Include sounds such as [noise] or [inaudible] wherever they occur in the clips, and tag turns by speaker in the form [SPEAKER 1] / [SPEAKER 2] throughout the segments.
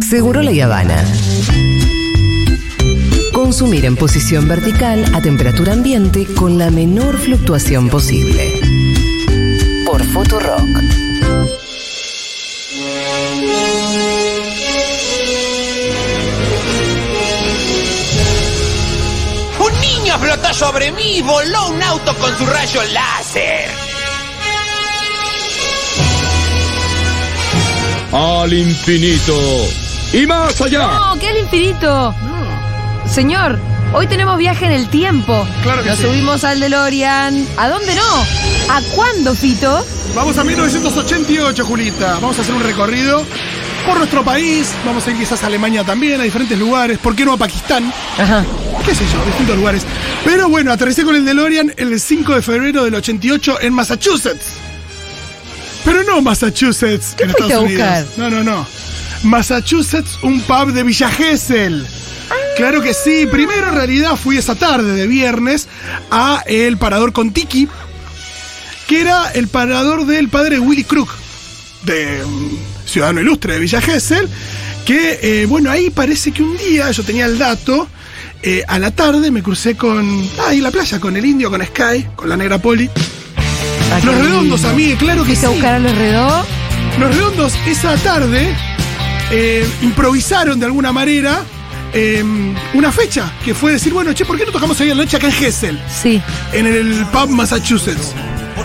[SPEAKER 1] Seguro la Habana. Consumir en posición vertical a temperatura ambiente con la menor fluctuación posible. Por Futurock.
[SPEAKER 2] Un niño flotó sobre mí y voló un auto con su rayo láser.
[SPEAKER 3] al infinito y más allá.
[SPEAKER 4] No, que al infinito. Señor, hoy tenemos viaje en el tiempo.
[SPEAKER 5] Claro que
[SPEAKER 4] Nos
[SPEAKER 5] sí.
[SPEAKER 4] subimos al DeLorean. ¿A dónde no? ¿A cuándo, Fito?
[SPEAKER 5] Vamos a 1988, Julita. Vamos a hacer un recorrido por nuestro país. Vamos a ir quizás a Alemania también, a diferentes lugares. ¿Por qué no a Pakistán?
[SPEAKER 4] Ajá.
[SPEAKER 5] Qué sé yo, distintos lugares. Pero bueno, aterricé con el DeLorean el 5 de febrero del 88 en Massachusetts. Pero no Massachusetts
[SPEAKER 4] ¿Qué
[SPEAKER 5] en
[SPEAKER 4] fuiste
[SPEAKER 5] Estados
[SPEAKER 4] a buscar?
[SPEAKER 5] Unidos. No, no, no. Massachusetts, un pub de Villa Gesell. Claro que sí. Primero, en realidad, fui esa tarde de viernes a el parador con Tiki, que era el parador del padre Willy Crook, de mm, ciudadano ilustre de Villa Gesell, que, eh, bueno, ahí parece que un día, yo tenía el dato, eh, a la tarde me crucé con, ahí en la playa, con el indio, con Sky, con la negra Poli. Los redondos, amigue, claro que
[SPEAKER 4] Ah, ¿Fuiste
[SPEAKER 5] sí.
[SPEAKER 4] a buscar a los redondos?
[SPEAKER 5] Los redondos esa tarde eh, improvisaron de alguna manera eh, una fecha que fue decir, bueno, che, ¿por qué no tocamos hoy en la noche acá en Gessel?
[SPEAKER 4] Sí.
[SPEAKER 5] en el pub Massachusetts.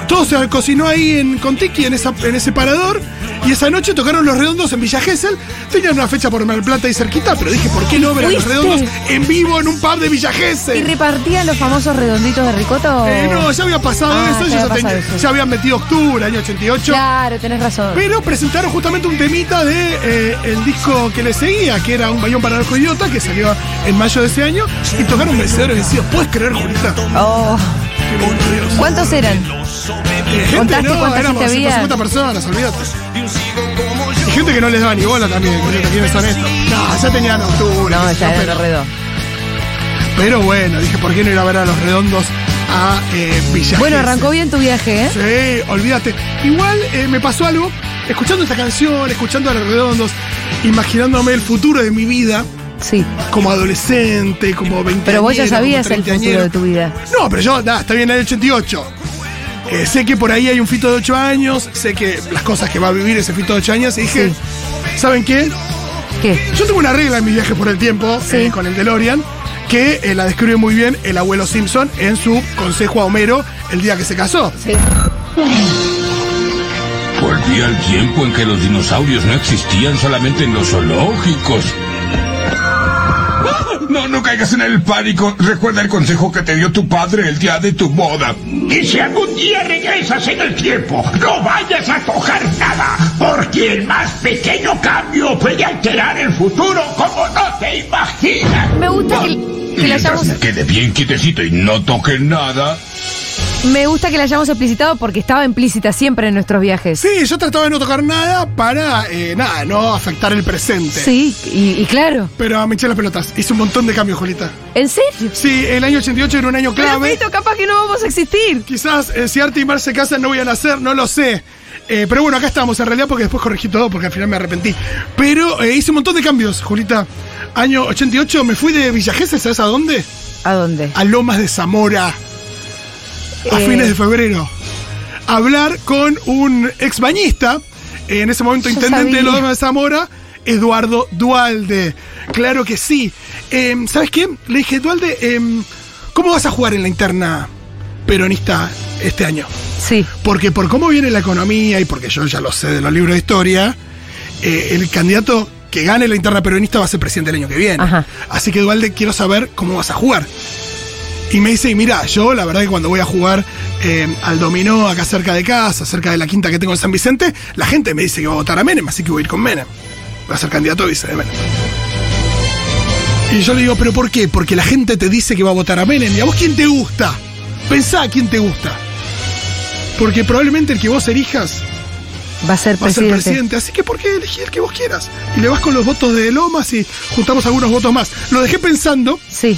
[SPEAKER 5] Todo se cocinó ahí en Contiki, en, esa, en ese parador. Y esa noche tocaron Los Redondos en Villa Gesell. Tenían una fecha por Mar del Plata y cerquita, pero dije, ¿por qué no ver a Los
[SPEAKER 4] ¿Fuiste?
[SPEAKER 5] Redondos en vivo en un pub de Villa
[SPEAKER 4] ¿Y
[SPEAKER 5] Gesell?
[SPEAKER 4] repartían los famosos redonditos de ricota o...?
[SPEAKER 5] Eh, no, ya había pasado
[SPEAKER 4] Ah,
[SPEAKER 5] eso,
[SPEAKER 4] ya
[SPEAKER 5] ya,
[SPEAKER 4] había pasado
[SPEAKER 5] tenía-
[SPEAKER 4] eso.
[SPEAKER 5] ya habían metido octubre, año 88.
[SPEAKER 4] Claro, tenés razón.
[SPEAKER 5] Pero presentaron justamente un temita de eh, el disco que le seguía, que era Un Bayón para el Idiota, que salió en mayo de ese año. Y tocaron vencedores vencidos. ¿Puedes creer, Julita?
[SPEAKER 4] Oh,
[SPEAKER 5] Qué bueno, Dios.
[SPEAKER 4] ¿Cuántos eran?
[SPEAKER 5] Eh, gente,
[SPEAKER 4] ¿Contaste
[SPEAKER 5] no,
[SPEAKER 4] cuánta
[SPEAKER 5] éramos
[SPEAKER 4] gente había?
[SPEAKER 5] 150 personas, olvídate. Y gente que no les daba ni bola también, que quiénes son estos. No, ya tenían octubre.
[SPEAKER 4] No,
[SPEAKER 5] qué sé yo,
[SPEAKER 4] ya eran
[SPEAKER 5] pero,
[SPEAKER 4] los redondos.
[SPEAKER 5] pero bueno, dije, ¿por qué no ir a ver a los redondos a eh, Villa
[SPEAKER 4] Bueno,
[SPEAKER 5] Gesell?
[SPEAKER 4] arrancó bien tu viaje, ¿eh?
[SPEAKER 5] Sí, olvídate. Igual eh, me pasó algo, escuchando esta canción, escuchando a los redondos, imaginándome el futuro de mi vida.
[SPEAKER 4] Sí.
[SPEAKER 5] Como adolescente, como 20
[SPEAKER 4] Pero vos ya sabías el futuro de tu vida.
[SPEAKER 5] No, pero yo, nada, está bien en el 88. Eh, sé que por ahí hay un fito de 8 años, sé que las cosas que va a vivir ese fito de 8 años, y dije, ¿saben qué?
[SPEAKER 4] ¿Qué?
[SPEAKER 5] Yo tengo una regla en mi viaje por el tiempo
[SPEAKER 4] Sí.
[SPEAKER 5] eh, con el DeLorean, que eh, la describe muy bien el abuelo Simpson en su consejo a Homero el día que se casó.
[SPEAKER 4] Sí.
[SPEAKER 6] Volví al tiempo en que los dinosaurios no existían solamente en los zoológicos. ¡Ah! No, no caigas en el pánico. Recuerda el consejo que te dio tu padre el día de tu boda.
[SPEAKER 7] Y si algún día regresas en el tiempo, no vayas a tocar nada, porque el más pequeño cambio puede alterar el futuro como no te imaginas.
[SPEAKER 4] Me gusta que, que le
[SPEAKER 6] Ah, Mientras
[SPEAKER 4] hayamos...
[SPEAKER 6] me quede bien quietecito y no toque nada.
[SPEAKER 4] Me gusta que la hayamos explicitado porque estaba implícita siempre en nuestros viajes.
[SPEAKER 5] Sí, yo trataba de no tocar nada para, eh, nada, no afectar el presente.
[SPEAKER 4] Sí, y, y claro.
[SPEAKER 5] Pero me eché las pelotas. Hice un montón de cambios, Jolita.
[SPEAKER 4] ¿En serio?
[SPEAKER 5] Sí, el año 88 era un año
[SPEAKER 4] Pero
[SPEAKER 5] clave.
[SPEAKER 4] Fito, capaz que no vamos a existir.
[SPEAKER 5] Quizás eh, si Arte y Mar se casan no voy a nacer, no lo sé. Eh, pero bueno, acá estamos en realidad porque después corregí todo porque al final me arrepentí. Pero eh, hice un montón de cambios, Julita. Año 88 me fui de Villa Gesell, ¿sabes a dónde?
[SPEAKER 4] ¿A dónde?
[SPEAKER 5] A Lomas de Zamora, a
[SPEAKER 4] Eh.
[SPEAKER 5] fines de febrero. A hablar con un ex bañista, eh, en ese momento
[SPEAKER 4] Yo
[SPEAKER 5] intendente de
[SPEAKER 4] sabía.
[SPEAKER 5] Lomas de Zamora, Eduardo Dualde. Claro que sí. Eh, ¿Sabes qué? Le dije, Dualde, em, ¿cómo vas a jugar en la interna peronista este año?
[SPEAKER 4] Sí.
[SPEAKER 5] Porque por cómo viene la economía y porque yo ya lo sé de los libros de historia, eh, el candidato que gane la interna peronista va a ser presidente el año que viene.
[SPEAKER 4] Ajá.
[SPEAKER 5] Así que Dualde, quiero saber cómo vas a jugar. Y me dice, y mira, yo la verdad que cuando voy a jugar eh, al dominó acá cerca de casa, cerca de la quinta que tengo en San Vicente, la gente me dice que va a votar a Menem, así que voy a ir con Menem. Voy a ser candidato a vice de Menem. Y yo le digo, ¿pero por qué? Porque la gente te dice que va a votar a Menem. ¿Y a vos quién te gusta? Pensá a quién te gusta. Porque probablemente el que vos elijas
[SPEAKER 4] Va a ser
[SPEAKER 5] va a ser
[SPEAKER 4] presidente.
[SPEAKER 5] presidente. Así que, ¿por qué elegir el que vos quieras? Y le vas con los votos de Lomas y juntamos algunos votos más. Lo dejé pensando
[SPEAKER 4] Sí.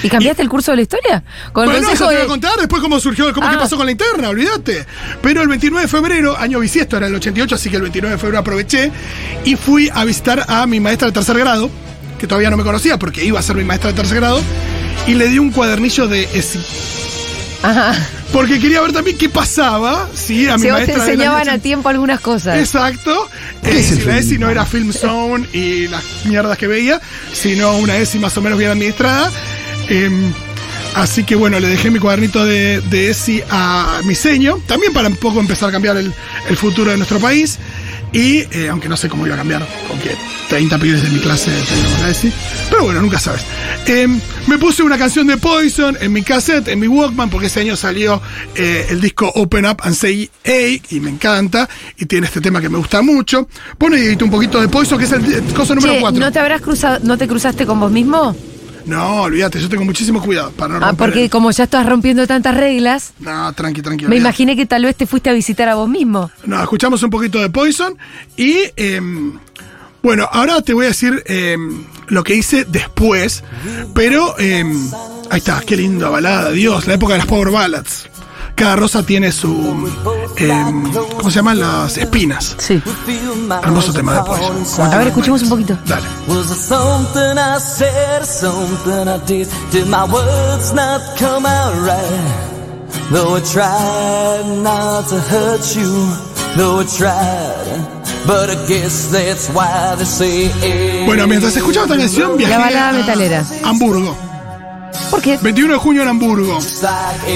[SPEAKER 4] ¿Y cambiaste el curso de la historia? Con el
[SPEAKER 5] Bueno, eso
[SPEAKER 4] consejo
[SPEAKER 5] te voy
[SPEAKER 4] de...
[SPEAKER 5] a contar después cómo surgió, cómo
[SPEAKER 4] Ah.
[SPEAKER 5] qué pasó con la interna, olvídate. Pero el 29 de febrero, año bisiesto, era el 88, así que el 29 de febrero aproveché y fui a visitar a mi maestra de tercer grado, que todavía no me conocía porque iba a ser mi maestra de tercer grado, y le di un cuadernillo de ESI.
[SPEAKER 4] Ajá.
[SPEAKER 5] Porque quería ver también qué pasaba si a mi
[SPEAKER 4] Si vos te
[SPEAKER 5] maestra del año
[SPEAKER 4] enseñaban
[SPEAKER 5] 80
[SPEAKER 4] a tiempo algunas cosas.
[SPEAKER 5] Exacto.
[SPEAKER 8] ¿Qué
[SPEAKER 5] Eh,
[SPEAKER 8] es el
[SPEAKER 5] si la ESI
[SPEAKER 8] feminismo?
[SPEAKER 5] no era Film Zone y las mierdas que veía, sino una ESI más o menos bien administrada. Em, así que bueno, le dejé mi cuadernito de, de ESI a mi seño, también para un poco empezar a cambiar el, el futuro de nuestro país. Y eh, aunque no sé cómo iba a cambiar, porque 30 pibes de mi clase teníamos la ESI. Pero bueno, nunca sabes. Em, me puse una canción de Poison en mi cassette, en mi Walkman, porque ese año salió eh, el disco Open Up and Say Hey, y me encanta, y tiene este tema que me gusta mucho. Pone Dieguito, un poquito de Poison, que es el eh, coso número
[SPEAKER 4] Che,
[SPEAKER 5] 4.
[SPEAKER 4] ¿no te habrás cruzado, no te cruzaste con vos mismo?
[SPEAKER 5] No, olvídate, yo tengo muchísimo cuidado para no
[SPEAKER 4] Ah,
[SPEAKER 5] romper
[SPEAKER 4] porque
[SPEAKER 5] el-
[SPEAKER 4] como ya estás rompiendo tantas reglas,
[SPEAKER 5] No, tranqui, tranqui.
[SPEAKER 4] me
[SPEAKER 5] olvídate.
[SPEAKER 4] imaginé que tal vez te fuiste a visitar a vos mismo.
[SPEAKER 5] Nos escuchamos un poquito de Poison y em, bueno, ahora te voy a decir em, lo que hice después, pero em, ahí está, qué linda balada, Dios, la época de las power ballads. Cada rosa tiene su, em, ¿cómo se llaman? Las espinas.
[SPEAKER 4] Sí.
[SPEAKER 5] Hermoso tema de Poison.
[SPEAKER 4] A ver, escuchemos un poquito.
[SPEAKER 5] Dale.
[SPEAKER 9] Was it something I said, something I did? Did my words not come out right? Though I tried not to hurt you, though I tried, but I guess that's why they say it.
[SPEAKER 5] Bueno, mientras escuchaba esta canción, viajé
[SPEAKER 4] La balada
[SPEAKER 5] a
[SPEAKER 4] metalera.
[SPEAKER 5] Hamburgo.
[SPEAKER 4] ¿Por qué?
[SPEAKER 5] 21 de junio en Hamburgo.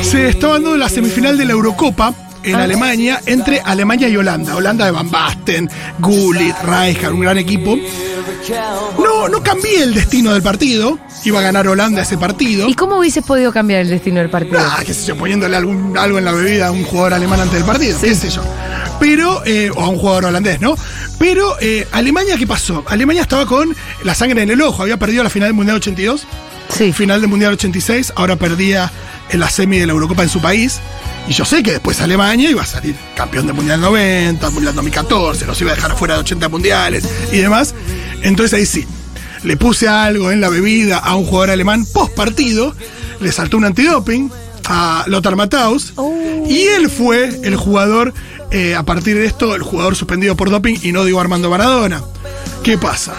[SPEAKER 5] Se estaba dando la semifinal de la Eurocopa en
[SPEAKER 4] Ah.
[SPEAKER 5] Alemania entre Alemania y Holanda. Holanda de Van Basten, Gullit, Rijkaard, un gran equipo. No, no cambié el destino del partido. Iba a ganar Holanda ese partido.
[SPEAKER 4] ¿Y cómo hubieses podido cambiar el destino del partido?
[SPEAKER 5] Ah, qué sé yo, poniéndole algún- algo en la bebida a un jugador alemán antes del partido, qué sé yo. Pero, eh, o a un jugador holandés, ¿no? Pero, eh, Alemania, ¿qué pasó? Alemania estaba con la sangre en el ojo, había perdido la final del Mundial 82
[SPEAKER 4] sí.
[SPEAKER 5] final del Mundial 86, ahora perdía en la semi de la Eurocopa en su país. Y yo sé que después Alemania iba a salir campeón del Mundial 90, Mundial 2014, los iba a dejar afuera de 80 mundiales y demás. Entonces ahí sí, le puse algo en la bebida a un jugador alemán post partido, le saltó un antidoping a Lothar Matthaus y él fue el jugador, eh, a partir de esto, el jugador suspendido por doping y no digo Armando Maradona. ¿Qué pasa?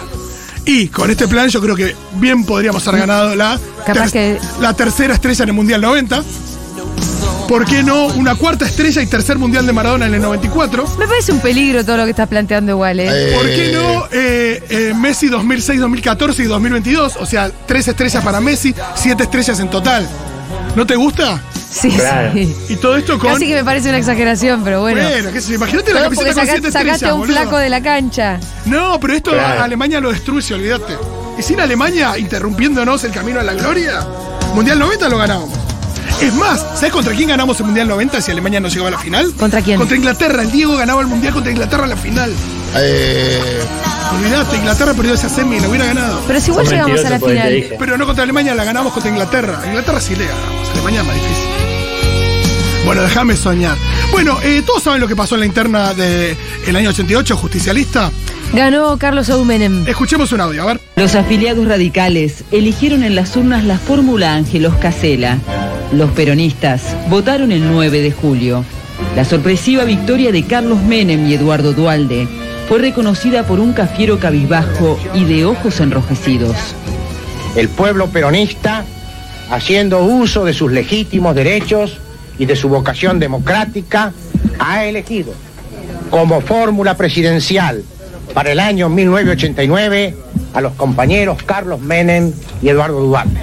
[SPEAKER 5] Y con este plan yo creo que bien podríamos haber ganado la,
[SPEAKER 4] Capaz que-
[SPEAKER 5] la tercera estrella en el Mundial 90. ¿Por qué no una cuarta estrella y tercer Mundial de Maradona en el 94?
[SPEAKER 4] Me parece un peligro todo lo que estás planteando igual, ¿eh?
[SPEAKER 5] ¿Por qué no eh, eh, Messi 2006, 2014 y 2022? O sea, tres estrellas para Messi, siete estrellas en total. ¿No te gusta?
[SPEAKER 4] sí, sí.
[SPEAKER 5] Y todo esto con...
[SPEAKER 4] Casi que me parece una exageración, pero bueno.
[SPEAKER 5] Bueno, qué sé yo, imagínate la
[SPEAKER 4] Todo porque
[SPEAKER 5] camiseta con siete
[SPEAKER 4] saca-
[SPEAKER 5] estrellas,
[SPEAKER 4] sacaste a un
[SPEAKER 5] boludo.
[SPEAKER 4] flaco de la cancha.
[SPEAKER 5] No, pero esto a Alemania lo destruye, olvídate. Y sin Alemania interrumpiéndonos el camino a la gloria, Mundial 90 lo ganábamos. Es más, ¿sabes contra quién ganamos el Mundial 90 si Alemania no llegaba a la final?
[SPEAKER 4] ¿Contra quién?
[SPEAKER 5] Contra Inglaterra. El Diego ganaba el Mundial contra Inglaterra en la final. Olvídate, Inglaterra perdió esa semi y la hubiera ganado.
[SPEAKER 4] Pero si igual llegamos a la final.
[SPEAKER 5] Pero no contra Alemania, la ganamos contra Inglaterra. Inglaterra sí le ganamos. Alemania es más difícil. Bueno, déjame soñar. Bueno, eh, todos saben lo que pasó en la interna del año 88, justicialista.
[SPEAKER 4] Ganó Carlos Oumenem.
[SPEAKER 5] Escuchemos un audio, a ver.
[SPEAKER 10] Los afiliados radicales eligieron en las urnas la fórmula Ángelos Casela. Los peronistas votaron el 9 de julio. La sorpresiva victoria de Carlos Menem y Eduardo Dualde fue reconocida por un cafiero cabizbajo y de ojos enrojecidos.
[SPEAKER 11] el pueblo peronista, haciendo uso de sus legítimos derechos y de su vocación democrática, ha elegido como fórmula presidencial para el año 1989 a los compañeros Carlos Menem y Eduardo Duarte.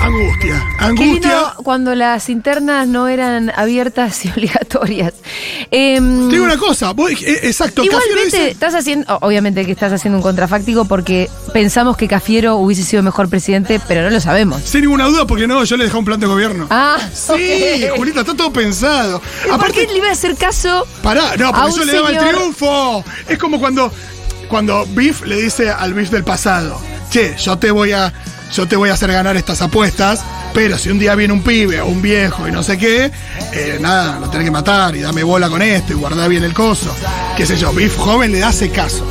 [SPEAKER 5] Angustia,
[SPEAKER 4] Qué lindo
[SPEAKER 5] angustia.
[SPEAKER 4] cuando las internas no eran abiertas y [laughs] obligatorias. Em,
[SPEAKER 5] Te digo una cosa, vos, eh, exacto, Cafiero
[SPEAKER 4] Igualmente,
[SPEAKER 5] dice-
[SPEAKER 4] estás haciendo, o- obviamente que estás haciendo un contrafáctico porque pensamos que Cafiero hubiese sido mejor presidente, pero no lo sabemos.
[SPEAKER 5] sin ninguna duda, porque no, yo le dejé un plan de gobierno.
[SPEAKER 4] Ah,
[SPEAKER 5] sí,
[SPEAKER 4] ok.
[SPEAKER 5] Julita, está todo pensado.
[SPEAKER 4] ¿Por
[SPEAKER 5] Aparte,
[SPEAKER 4] qué le iba a hacer caso?
[SPEAKER 5] pará, no,
[SPEAKER 4] a
[SPEAKER 5] porque
[SPEAKER 4] un
[SPEAKER 5] yo le daba el
[SPEAKER 4] señor-
[SPEAKER 5] triunfo. Es como cuando, cuando Biff le dice al Biff del pasado, che, yo te voy a, yo te voy a hacer ganar estas apuestas, pero si un día viene un pibe o un viejo y no sé qué, eh, nada, lo tenés que matar y dame bola con esto y guardá bien el coso. Qué sé yo, Biff joven le da ese caso.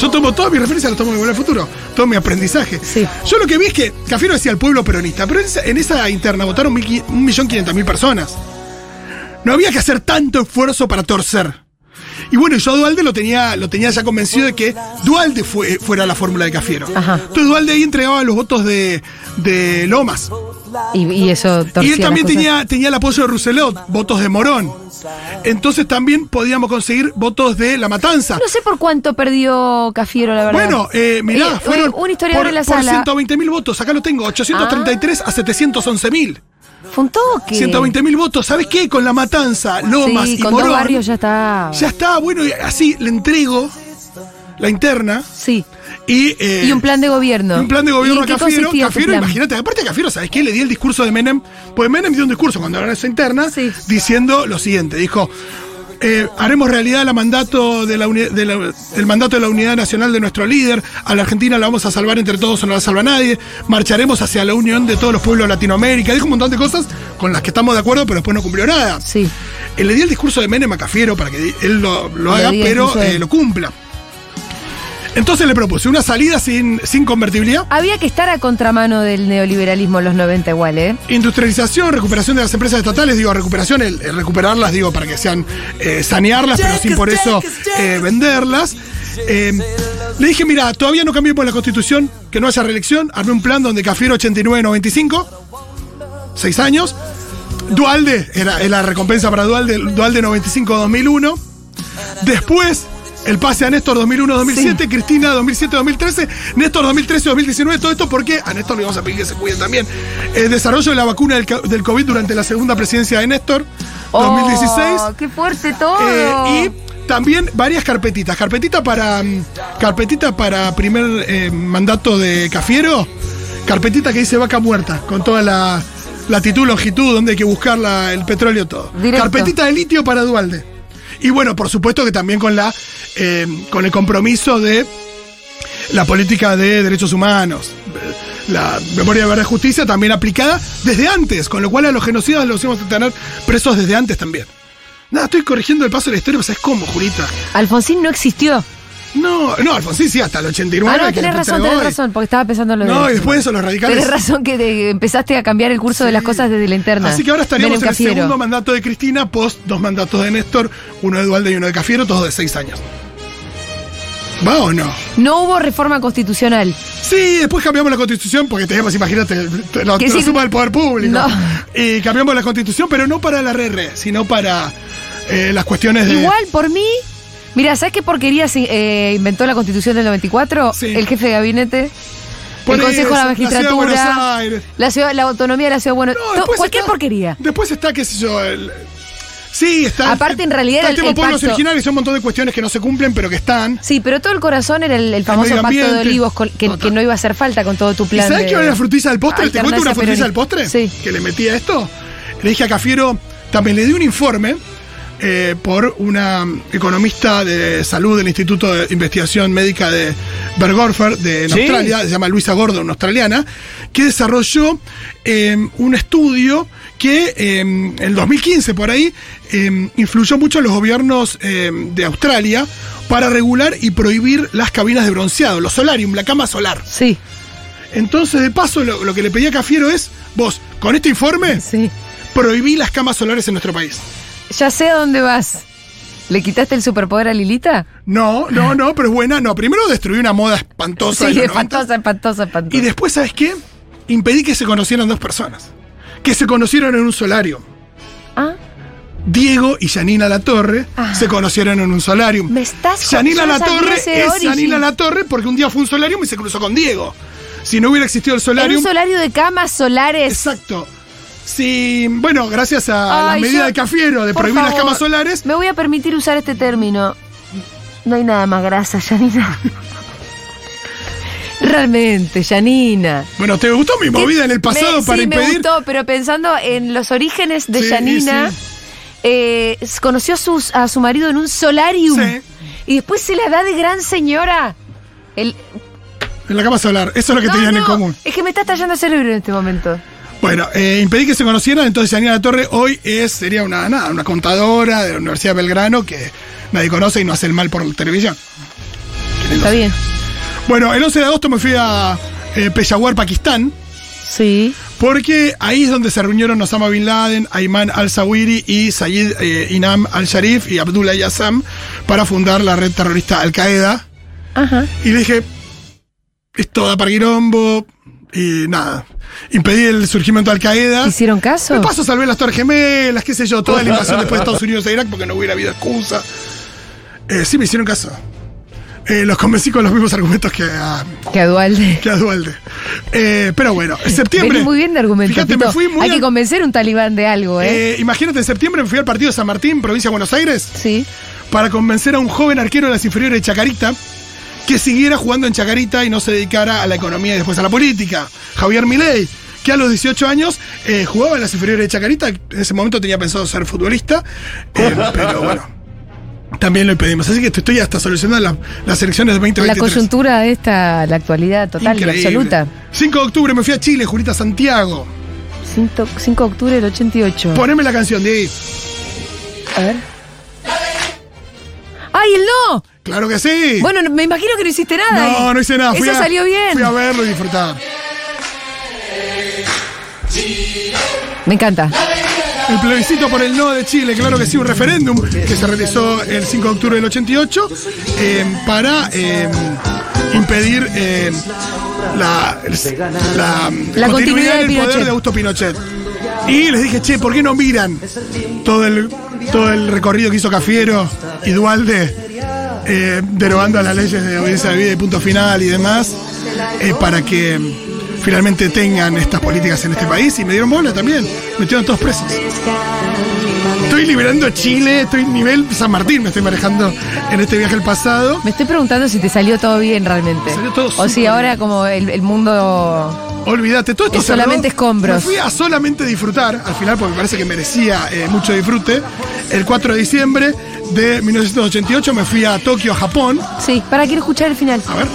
[SPEAKER 5] Yo tomo todas mis referencias, las tomo de Volver al Futuro, todo mi aprendizaje.
[SPEAKER 4] Sí.
[SPEAKER 5] Yo lo que vi es que Cafiero decía el pueblo peronista, pero en esa, en esa interna votaron 1.500.000 personas. No había que hacer tanto esfuerzo para torcer. Y bueno, yo a Dualde lo tenía, lo tenía ya convencido de que Dualde fue, fuera la fórmula de Cafiero.
[SPEAKER 4] Ajá.
[SPEAKER 5] Entonces Dualde ahí entregaba los votos de, de Lomas.
[SPEAKER 4] Y, y eso torcía
[SPEAKER 5] Y él
[SPEAKER 4] las
[SPEAKER 5] también
[SPEAKER 4] cosas.
[SPEAKER 5] tenía, tenía el apoyo de Rousselot, votos de Morón. Entonces también podíamos conseguir votos de La Matanza.
[SPEAKER 4] No sé por cuánto perdió Cafiero, la verdad.
[SPEAKER 5] Bueno, eh, mirá,
[SPEAKER 4] Eh,
[SPEAKER 5] fueron
[SPEAKER 4] Un, un historiador
[SPEAKER 5] por,
[SPEAKER 4] en la sala. Ah.
[SPEAKER 5] 120 mil votos, acá lo tengo, 833 a 711 mil.
[SPEAKER 4] Fue un toque.
[SPEAKER 5] 120 mil votos, ¿sabes qué? Con La Matanza, Lomas
[SPEAKER 4] Sí,
[SPEAKER 5] y
[SPEAKER 4] con
[SPEAKER 5] Morón.
[SPEAKER 4] dos barrios ya está.
[SPEAKER 5] Ya está, bueno, y así le entrego la interna
[SPEAKER 4] Sí.
[SPEAKER 5] y... eh,
[SPEAKER 4] Y un plan de gobierno.
[SPEAKER 5] y un plan de
[SPEAKER 4] ¿Y
[SPEAKER 5] gobierno a
[SPEAKER 4] en qué
[SPEAKER 5] Cafiero.
[SPEAKER 4] consistía ese
[SPEAKER 5] Cafiero,
[SPEAKER 4] plan?
[SPEAKER 5] imagínate, aparte de Cafiero, ¿sabes qué? Le di el discurso de Menem. Pues Menem dio un discurso cuando era esa interna
[SPEAKER 4] Sí.
[SPEAKER 5] diciendo lo siguiente: dijo. eh, haremos realidad la mandato de la uni- de la- el mandato de la unidad nacional de nuestro líder. A la Argentina la vamos a salvar entre todos o no la salva nadie. Marcharemos hacia la unión de todos los pueblos de Latinoamérica. Dijo un montón de cosas con las que estamos de acuerdo, pero después no cumplió nada.
[SPEAKER 4] Sí.
[SPEAKER 5] Eh, le di el discurso de Menem a Cafiero para que di- él lo, lo haga,
[SPEAKER 4] diga,
[SPEAKER 5] pero
[SPEAKER 4] incluso él.
[SPEAKER 5] eh, lo cumpla. Entonces le propuse una salida sin, sin convertibilidad.
[SPEAKER 4] Había que estar a contramano del neoliberalismo en los 90 igual, ¿eh?
[SPEAKER 5] Industrialización, recuperación de las empresas estatales, digo, recuperación, el, el recuperarlas, digo, para que sean eh, sanearlas, pero sin por eso eh, venderlas. Eh, le dije, mira, todavía no cambiemos la constitución, que no haya reelección. Armé un plan donde Cafiero 89-95, seis años. Dualde, era, era la recompensa para Dualde, Dualde 95-2001. Después, el pase a Néstor 2001-2007, Cristina 2007-2013, Néstor 2013-2019, todo esto porque a Néstor le vamos a pedir que se cuide también. El desarrollo de la vacuna del, ca- del COVID durante la segunda presidencia de Néstor, 2016.
[SPEAKER 4] Oh, ¡Qué fuerte todo!
[SPEAKER 5] Eh, y también varias carpetitas. Carpetita para mm, carpetita para primer eh, mandato de Cafiero. Carpetita que dice vaca muerta, con toda la latitud, longitud, donde hay que buscar la- el petróleo, todo.
[SPEAKER 4] Directo.
[SPEAKER 5] Carpetita de litio para Dualde. Y bueno, por supuesto que también con la eh, con el compromiso de la política de derechos humanos, la memoria de verdad y justicia también aplicada desde antes, con lo cual a los genocidas los hemos de tener presos desde antes también. Nada, estoy corrigiendo el paso de la historia, pero ¿sabes cómo, Julita?
[SPEAKER 4] Alfonsín no existió.
[SPEAKER 5] No, no, Alfonsín sí, hasta el 89.
[SPEAKER 4] ah, no,
[SPEAKER 5] que
[SPEAKER 4] tenés
[SPEAKER 5] le
[SPEAKER 4] razón,
[SPEAKER 5] entregó
[SPEAKER 4] tenés
[SPEAKER 5] y-
[SPEAKER 4] razón, porque estaba pensando en lo de.
[SPEAKER 5] No, y después de eso los radicales.
[SPEAKER 4] Tenés razón que te- empezaste a cambiar el curso de las cosas desde la interna.
[SPEAKER 5] Así que ahora estaríamos
[SPEAKER 4] Menem
[SPEAKER 5] en el
[SPEAKER 4] Cafiero.
[SPEAKER 5] segundo mandato de Cristina, post dos mandatos de Néstor, uno de Dualde y uno de Cafiero, todos de seis años. ¿Va o no?
[SPEAKER 4] No hubo reforma constitucional.
[SPEAKER 5] Sí, después cambiamos la constitución porque teníamos, imagínate, te- la,
[SPEAKER 4] Que
[SPEAKER 5] te lo
[SPEAKER 4] sí.
[SPEAKER 5] suma del poder público.
[SPEAKER 4] No.
[SPEAKER 5] Y cambiamos la constitución, pero no para la RR, sino para eh, las cuestiones de.
[SPEAKER 4] Igual, por mí. Mira, ¿sabes qué porquería se, eh, inventó la constitución del 94?
[SPEAKER 5] Sí.
[SPEAKER 4] El jefe de gabinete.
[SPEAKER 5] Por
[SPEAKER 4] el Consejo de la
[SPEAKER 5] eso, ciudad de
[SPEAKER 4] Magistratura.
[SPEAKER 5] Buenos Aires.
[SPEAKER 4] La, ciudad- la autonomía de la ciudad de Buenos
[SPEAKER 5] No,
[SPEAKER 4] Aires.
[SPEAKER 5] después
[SPEAKER 4] Cualquier
[SPEAKER 5] está-
[SPEAKER 4] porquería.
[SPEAKER 5] Después está, qué sé yo, el. Sí, está.
[SPEAKER 4] Aparte, en realidad,
[SPEAKER 5] está el,
[SPEAKER 4] el-
[SPEAKER 5] tema
[SPEAKER 4] el
[SPEAKER 5] pueblos
[SPEAKER 4] pacto-
[SPEAKER 5] originarios, son un montón de cuestiones que no se cumplen, pero que están.
[SPEAKER 4] Sí, pero todo el corazón era el, el famoso
[SPEAKER 5] medio
[SPEAKER 4] pacto de
[SPEAKER 5] ambiente.
[SPEAKER 4] olivos col- que,
[SPEAKER 5] Total.
[SPEAKER 4] que no iba a hacer falta con todo tu
[SPEAKER 5] ¿Y
[SPEAKER 4] plan.
[SPEAKER 5] sabes
[SPEAKER 4] de-
[SPEAKER 5] qué era la frutilla del postre? ¿Te cuento una
[SPEAKER 4] alternancia
[SPEAKER 5] frutilla del
[SPEAKER 4] peronista.
[SPEAKER 5] postre?
[SPEAKER 4] Sí.
[SPEAKER 5] Que le metí a esto. Le dije a Cafiero, también le di un informe eh, por una economista de salud del Instituto de Investigación Médica de Bergorfer, de en Australia, se llama Luisa Gordon, una australiana, que desarrolló eh, un estudio que eh, en el 2015 por ahí eh, influyó mucho a los gobiernos eh, de Australia para regular y prohibir las cabinas de bronceado, los solarium, la cama solar.
[SPEAKER 4] Sí,
[SPEAKER 5] Entonces, de paso, lo, lo que le pedí a Cafiero es, vos, con este informe,
[SPEAKER 4] sí.
[SPEAKER 5] prohibí las camas solares en nuestro país.
[SPEAKER 4] Ya sé a dónde vas. ¿Le quitaste el superpoder a Lilita?
[SPEAKER 5] No, no, no, pero es buena. No, primero destruí una moda espantosa. de
[SPEAKER 4] sí,
[SPEAKER 5] los
[SPEAKER 4] espantosa,
[SPEAKER 5] 90.
[SPEAKER 4] espantosa, espantosa.
[SPEAKER 5] Y después, ¿sabes qué? Impedí que se conocieran dos personas. Que se conocieron en un solario.
[SPEAKER 4] Ah,
[SPEAKER 5] Diego y Janina Latorre
[SPEAKER 4] Ah.
[SPEAKER 5] se conocieron en un solarium.
[SPEAKER 4] Me estás
[SPEAKER 5] Janina
[SPEAKER 4] yo no
[SPEAKER 5] Latorre
[SPEAKER 4] sabía ese
[SPEAKER 5] es
[SPEAKER 4] origin.
[SPEAKER 5] Janina Latorre porque un día fue un solarium y se cruzó con Diego. Si no hubiera existido el
[SPEAKER 4] en
[SPEAKER 5] solarium,
[SPEAKER 4] un solario de camas solares.
[SPEAKER 5] Exacto. Sí, bueno, gracias a
[SPEAKER 4] Ay,
[SPEAKER 5] la medida
[SPEAKER 4] yo-
[SPEAKER 5] de Cafiero de
[SPEAKER 4] por
[SPEAKER 5] prohibir las
[SPEAKER 4] favor,
[SPEAKER 5] camas solares,
[SPEAKER 4] Me voy a permitir usar este término. No hay nada más grasa, Janina. [laughs] Realmente, Janina.
[SPEAKER 5] Bueno, ¿te gustó mi movida en el pasado
[SPEAKER 4] Me-
[SPEAKER 5] para
[SPEAKER 4] sí,
[SPEAKER 5] impedir?
[SPEAKER 4] me gustó, pero pensando en los orígenes de
[SPEAKER 5] Sí,
[SPEAKER 4] Janina,
[SPEAKER 5] sí.
[SPEAKER 4] eh, s- conoció sus- a su marido en un solarium
[SPEAKER 5] Sí.
[SPEAKER 4] y después se la da de gran señora. El,
[SPEAKER 5] En la que vas a hablar. Eso es lo que
[SPEAKER 4] No,
[SPEAKER 5] tenían en
[SPEAKER 4] no,
[SPEAKER 5] común.
[SPEAKER 4] Es que me está estallando el cerebro en este momento.
[SPEAKER 5] Bueno, eh, impedí que se conocieran, entonces Daniela Torre hoy es, sería una, nada, una contadora de la Universidad de Belgrano que nadie conoce y no hace el mal por televisión.
[SPEAKER 4] Está bien.
[SPEAKER 5] Bueno, el 11 de agosto me fui a eh, Peshawar, Pakistán,
[SPEAKER 4] Sí.
[SPEAKER 5] porque ahí es donde se reunieron Osama Bin Laden, Ayman al-Zawiri y Sayed eh, Inam al-Sharif y Abdullah Yassam para fundar la red terrorista Al-Qaeda.
[SPEAKER 4] Ajá.
[SPEAKER 5] Y le dije, esto da para quilombo y nada. Impedí el surgimiento de Al-Qaeda.
[SPEAKER 4] ¿Hicieron caso?
[SPEAKER 5] De paso salvé las Torres Gemelas, qué sé yo, toda la invasión después de Estados Unidos a Irak porque no hubiera habido excusa. Eh, sí me hicieron caso. Eh, los convencí con los mismos argumentos que a,
[SPEAKER 4] Que a Dualde.
[SPEAKER 5] que a Dualde. Eh, pero bueno, en septiembre.
[SPEAKER 4] Venís muy bien de argumentos.
[SPEAKER 5] Fíjate,
[SPEAKER 4] Tito.
[SPEAKER 5] me fui muy.
[SPEAKER 4] Hay
[SPEAKER 5] al-
[SPEAKER 4] que convencer un talibán de algo, ¿eh?
[SPEAKER 5] eh, imagínate, en septiembre me fui al partido de San Martín, provincia de Buenos Aires,
[SPEAKER 4] sí.
[SPEAKER 5] para convencer a un joven arquero de las inferiores de Chacarita que siguiera jugando en Chacarita y no se dedicara a la economía y después a la política. Javier Milei, que a los 18 años eh, jugaba en las inferiores de Chacarita, en ese momento tenía pensado ser futbolista,
[SPEAKER 4] [laughs]
[SPEAKER 5] eh, pero bueno, también lo pedimos. Así que te estoy hasta solucionando la- las elecciones de
[SPEAKER 4] Con la
[SPEAKER 5] 2023.
[SPEAKER 4] coyuntura esta, la actualidad total y
[SPEAKER 5] Increíble.
[SPEAKER 4] absoluta.
[SPEAKER 5] 5 de octubre me fui a Chile, Julita Santiago.
[SPEAKER 4] 5, de octubre del 88.
[SPEAKER 5] Poneme la canción de ahí.
[SPEAKER 4] A ver. ¡Ay, el no!
[SPEAKER 5] Claro que sí.
[SPEAKER 4] Bueno, no- me imagino que no hiciste nada.
[SPEAKER 5] no,
[SPEAKER 4] ahí.
[SPEAKER 5] no hice nada. Fui
[SPEAKER 4] Eso
[SPEAKER 5] a-
[SPEAKER 4] salió bien.
[SPEAKER 5] Fui a verlo y disfrutar.
[SPEAKER 4] Me encanta.
[SPEAKER 5] El plebiscito por el no de Chile, claro que sí, un referéndum que se realizó el 5 de octubre del 88 eh, para eh, impedir eh, la, la-
[SPEAKER 4] La continuidad de
[SPEAKER 5] del
[SPEAKER 4] Pinochet.
[SPEAKER 5] poder de Augusto Pinochet. Y les dije, che, ¿por qué no miran todo el, todo el recorrido que hizo Cafiero y Dualde eh, derogando las leyes de obediencia de vida y punto final y demás eh, para que mm, finalmente tengan estas políticas en este país? Y me dieron bola también, metieron todos presos. Estoy liberando Chile, estoy nivel San Martín, me estoy manejando en este viaje al pasado.
[SPEAKER 4] Me estoy preguntando si te salió todo bien realmente.
[SPEAKER 5] Salió todo
[SPEAKER 4] o
[SPEAKER 5] súper
[SPEAKER 4] si
[SPEAKER 5] bien.
[SPEAKER 4] ahora como el, el mundo...
[SPEAKER 5] Olvídate, todo esto
[SPEAKER 4] Es solamente
[SPEAKER 5] cerró.
[SPEAKER 4] escombros.
[SPEAKER 5] Me fui a solamente disfrutar, al final, porque me parece que merecía eh, mucho disfrute. El 4 de diciembre de 1988 me fui a Tokio, a Japón.
[SPEAKER 4] Sí, para quiero escuchar el final.
[SPEAKER 5] A ver.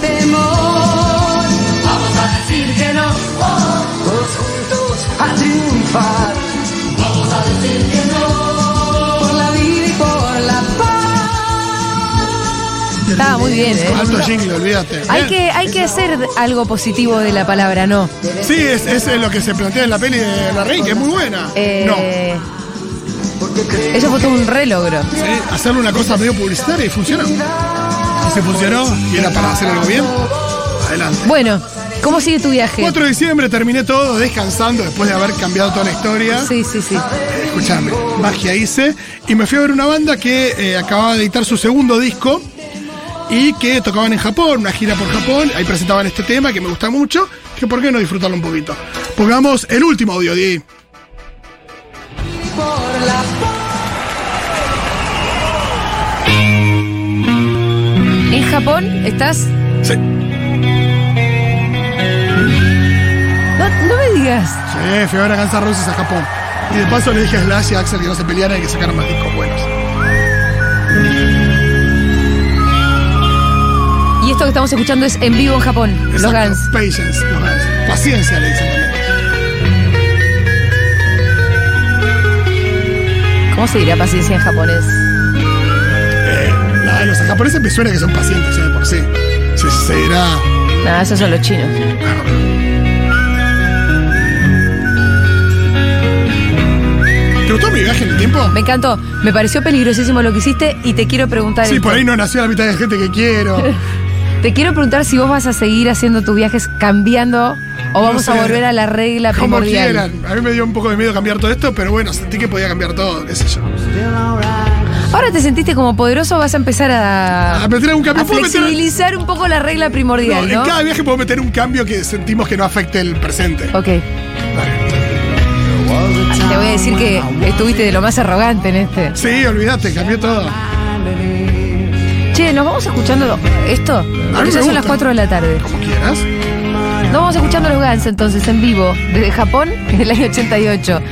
[SPEAKER 4] Estaba muy bien, ¿eh?
[SPEAKER 5] Alto jingle, olvídate.
[SPEAKER 4] Hay
[SPEAKER 5] Bien.
[SPEAKER 4] que, hay que hacer algo positivo de la palabra no.
[SPEAKER 5] Sí, es, es lo que se plantea en la peli de la reina, que es muy buena. No.
[SPEAKER 4] Eh, Eso fue todo un re logro.
[SPEAKER 5] Sí, hacerle una cosa medio publicitaria y funcionó. Y se funcionó y era para hacer algo bien. Adelante.
[SPEAKER 4] Bueno, ¿cómo sigue tu viaje?
[SPEAKER 5] 4 de diciembre terminé todo descansando después de haber cambiado toda la historia.
[SPEAKER 4] Sí, sí, sí.
[SPEAKER 5] Escuchame, magia hice. Y me fui a ver una banda que eh, acababa de editar su segundo disco y que tocaban en Japón, una gira por Japón. Ahí presentaban este tema que me gusta mucho. Que por qué no disfrutarlo un poquito. Pongamos el último audio, Di.
[SPEAKER 4] ¿En Japón estás?
[SPEAKER 5] Sí.
[SPEAKER 4] No, no me digas.
[SPEAKER 5] Sí, fui a ver a Guns N' Roses a Japón. Y de paso le dije a Slash y a Axel que no se pelearan y que sacaran más discos buenos.
[SPEAKER 4] Y esto que estamos escuchando es en vivo en Japón, los
[SPEAKER 5] Exacto,
[SPEAKER 4] Guns.
[SPEAKER 5] Patience, los Guns. Paciencia le dicen también.
[SPEAKER 4] ¿Cómo se dirá paciencia en japonés?
[SPEAKER 5] Nah, Eh, los japoneses me suena que son pacientes ya de por sí. Se será.
[SPEAKER 4] Nada, esos son los chinos.
[SPEAKER 5] ¿Te gustó mi viaje en el tiempo?
[SPEAKER 4] Me encantó, me pareció peligrosísimo lo que hiciste y te quiero preguntar.
[SPEAKER 5] Sí,
[SPEAKER 4] esto.
[SPEAKER 5] por ahí no nació la mitad de gente
[SPEAKER 4] [laughs]
[SPEAKER 5] que quiero.
[SPEAKER 4] Te quiero preguntar si vos vas a seguir haciendo tus viajes cambiando o vamos
[SPEAKER 5] sé.
[SPEAKER 4] a volver a la regla
[SPEAKER 5] Como
[SPEAKER 4] primordial.
[SPEAKER 5] quieran. A mí me dio un poco de miedo cambiar todo esto, pero bueno, sentí que podía cambiar todo, qué sé yo.
[SPEAKER 4] Ahora te sentiste como poderoso, vas a empezar a,
[SPEAKER 5] A meter algún cambio.
[SPEAKER 4] a
[SPEAKER 5] ¿Puedo meter-
[SPEAKER 4] flexibilizar un poco la regla
[SPEAKER 5] No,
[SPEAKER 4] primordial,
[SPEAKER 5] En
[SPEAKER 4] ¿no?
[SPEAKER 5] cada viaje puedo meter un cambio que sentimos que no afecte el presente.
[SPEAKER 4] Ok. Te voy a decir que estuviste de lo más arrogante en este.
[SPEAKER 5] Sí, olvídate, cambió todo.
[SPEAKER 4] Che, nos vamos escuchando esto. Porque ya
[SPEAKER 5] me
[SPEAKER 4] son las
[SPEAKER 5] gusta.
[SPEAKER 4] 4 de la tarde.
[SPEAKER 5] Como quieras.
[SPEAKER 4] Nos vamos escuchando los Guns entonces en vivo desde Japón del año 88.